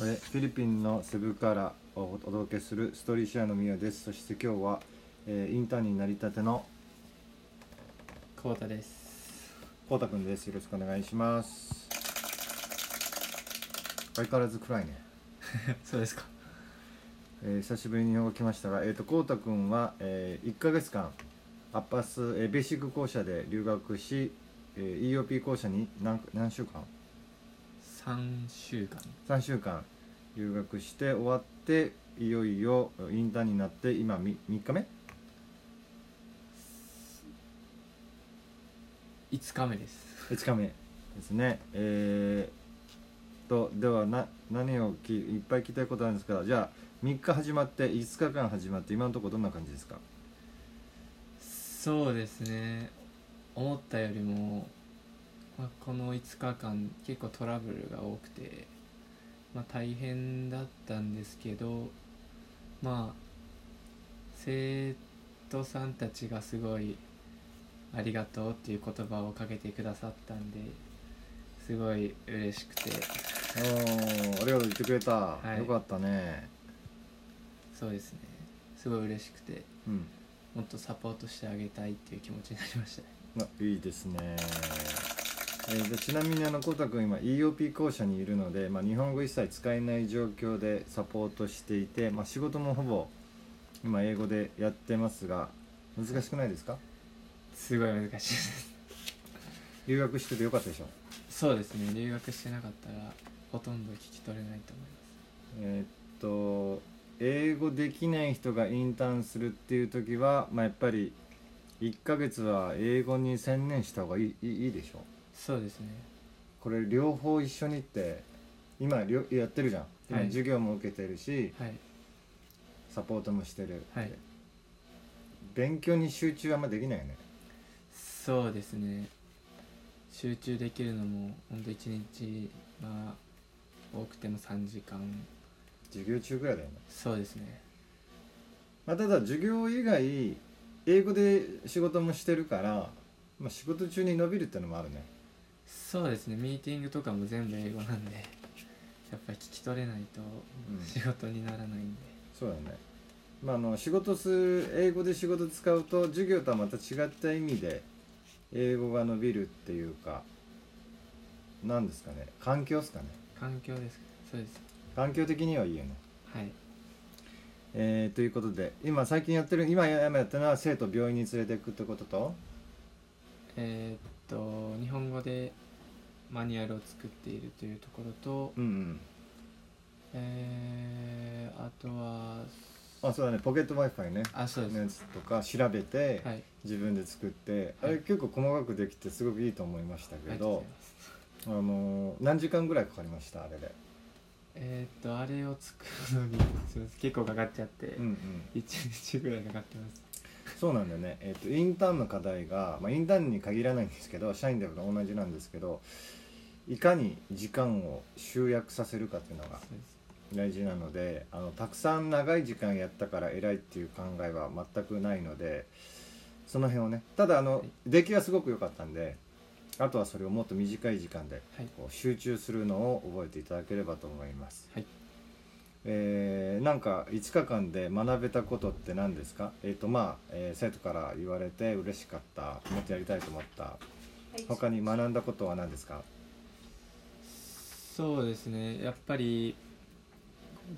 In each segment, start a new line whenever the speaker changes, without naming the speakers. えーフィリピンのセブからお届けするストーリーシェアのミヤですそして今日は、えーインターンになりたての
久保田です
こうたくんですよろしくお願いします相変わらず暗いね、
そうですか
えー久しぶりに日本が来ましたがえっ、とこうたくんは、え1ヶ月間アッパス、えーベーシック校舎で留学し、えー EOP 校舎に何何週間
3週間
3週間留学して終わっていよいよインターンになって今 3, 日目
5日目です
5日目ですねえー、とではな何をきいっぱい聞きたいことあるんですがじゃあ3日始まって5日間始まって今のところどんな感じですか
そうですね思ったよりも、まあ、この5日間結構トラブルが多くて、まあ、大変だったんですけどまあ生徒さんたちがすごいありがとうっていう言葉をかけてくださったんですごい嬉しくて
おーありがとう言ってくれた、
い
よかったね
そうですねすごい嬉しくて
うん
もっとサポートしてあげたいっていう気持ちになりましたね
あいいですね、えーでちなみにあのコウタ君今 EOP 校舎にいるので、まあ、日本語一切使えない状況でサポートしていて、まあ、仕事もほぼ今英語でやってますが難しくないですか
すごい難しいです
留学しててよかったでしょ、
そうですね留学してなかったらほとんど聞き取れないと思い
えーっと英語できない人がインターンするっていう時は、まあ、やっぱり1ヶ月は英語に専念した方がいいいいいいでしょ
ますそうですね
これ両方一緒にって今りょやってるじゃん今
はい
授業も受けてるし、
はい
サポートもしてる、
はい
勉強に集中はあんまできないよね
そうですね集中できるのもほんと1日まあ多くても3時間
授業中ぐらいだよね、
そうですね
まあ、ただ授業以外英語で仕事もしてるから、まあ、仕事中に伸びるってのもあるね
そうですねミーティングとかも全部英語なんでやっぱり聞き取れないと
うん
仕事にならないんで、
そうだよねまああの仕事する英語で仕事使うと授業とはまた違った意味で英語が伸びるっていうかなんですかね環境ですかね
環境ですかそうです
環境的にはいいよね
はい
えーということで今最近やってる今ややってるのは生徒を病院に連れていくってことと
えーっと日本語でマニュアルを作っているというところと、
うん
えー、あとは
うんあそうだねポケット w i f i ね
あそうです、
のやつとか調べて、
はい
自分で作って、
はい
あれ結構細かくできてすごくいいと思いました
あり
け
がとうござ
ど
い、ます
あのー何時間ぐらいかかりましたあれで
えー、っとあれを作るのにすいません結構かかっちゃって、
うんうん
一日ぐらいかかってます
そうなんだよね、えっとインターンの課題が、まあ、インターンに限らないんですけど社員でも同じなんですけどいかに時間を集約させるかっていうのが
そうです
大事なのであのたくさん長い時間やったから偉いっていう考えは全くないのでその辺をねただあの、
はい
出来はすごく良かったんであとはそれをもっと短い時間で
はい
こう集中するのを覚えていただければと思います、
はい
えーなんか5日間で学べたことって何ですかえっ、とまあ、えー生徒から言われて嬉しかったもっとやりたいと思った他に学んだことは何ですか
そうですねやっぱり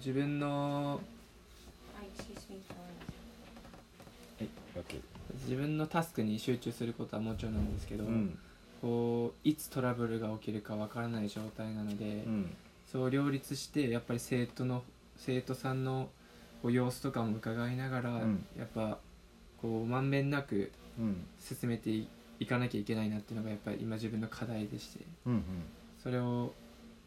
自分の
Hi, excuse me for
はい OK
自分のタスクに集中することはもちろんなんですけど、
うん
こういつトラブルが起きるかわからない状態なので、
うん
そう両立してやっぱり生徒の生徒さんのこう様子とかも伺いながら、
うん
やっぱこうまんべんなく
うん
進めていいかなきゃいけないなっていうのがやっぱり今自分の課題でして
うんうん
それを、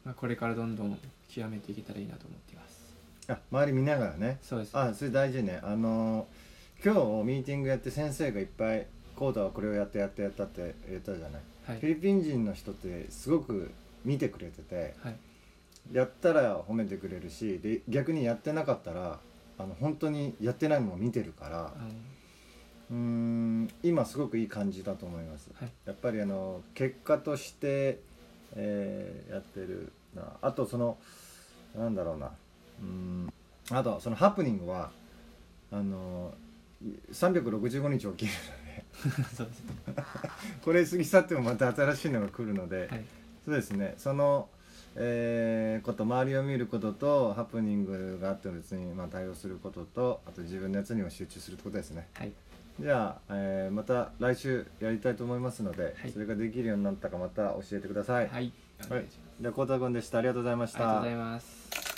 まあ、これからどんどん極めていけたらいいなと思っています
あ周り見ながらね
そうです
あそれ大事ねあの今日ミーティングやって先生がいっぱい「コーダはこれをやってやってやった」って言ったじゃない、フ
は
ィリ
い
ピン人の人ってすごく見てくれてて
はい
やったら褒めてくれるしで逆にやってなかったらあの本当にやってないのを見てるから
あの
うーん今すごくいい感じだと思います
はい
やっぱりあの結果として、えーやってるなあとそのなんだろうなうんあとそのハプニングはあのい365日起きる
そうですね
これ過ぎ去ってもまた新しいのが来るので、
はい
そうですねその、えーこと周りを見ることとハプニングがあっても別にまあ対応することとあと自分のやつにも集中するってことですね
はい
じゃあ、えーまた来週やりたいと思いますので、
はい
それができるようになったかまた教えてください、
はい、お願いし
じゃあ孝太君でしたありがとうございま
ます
し
ありがと
た
うございます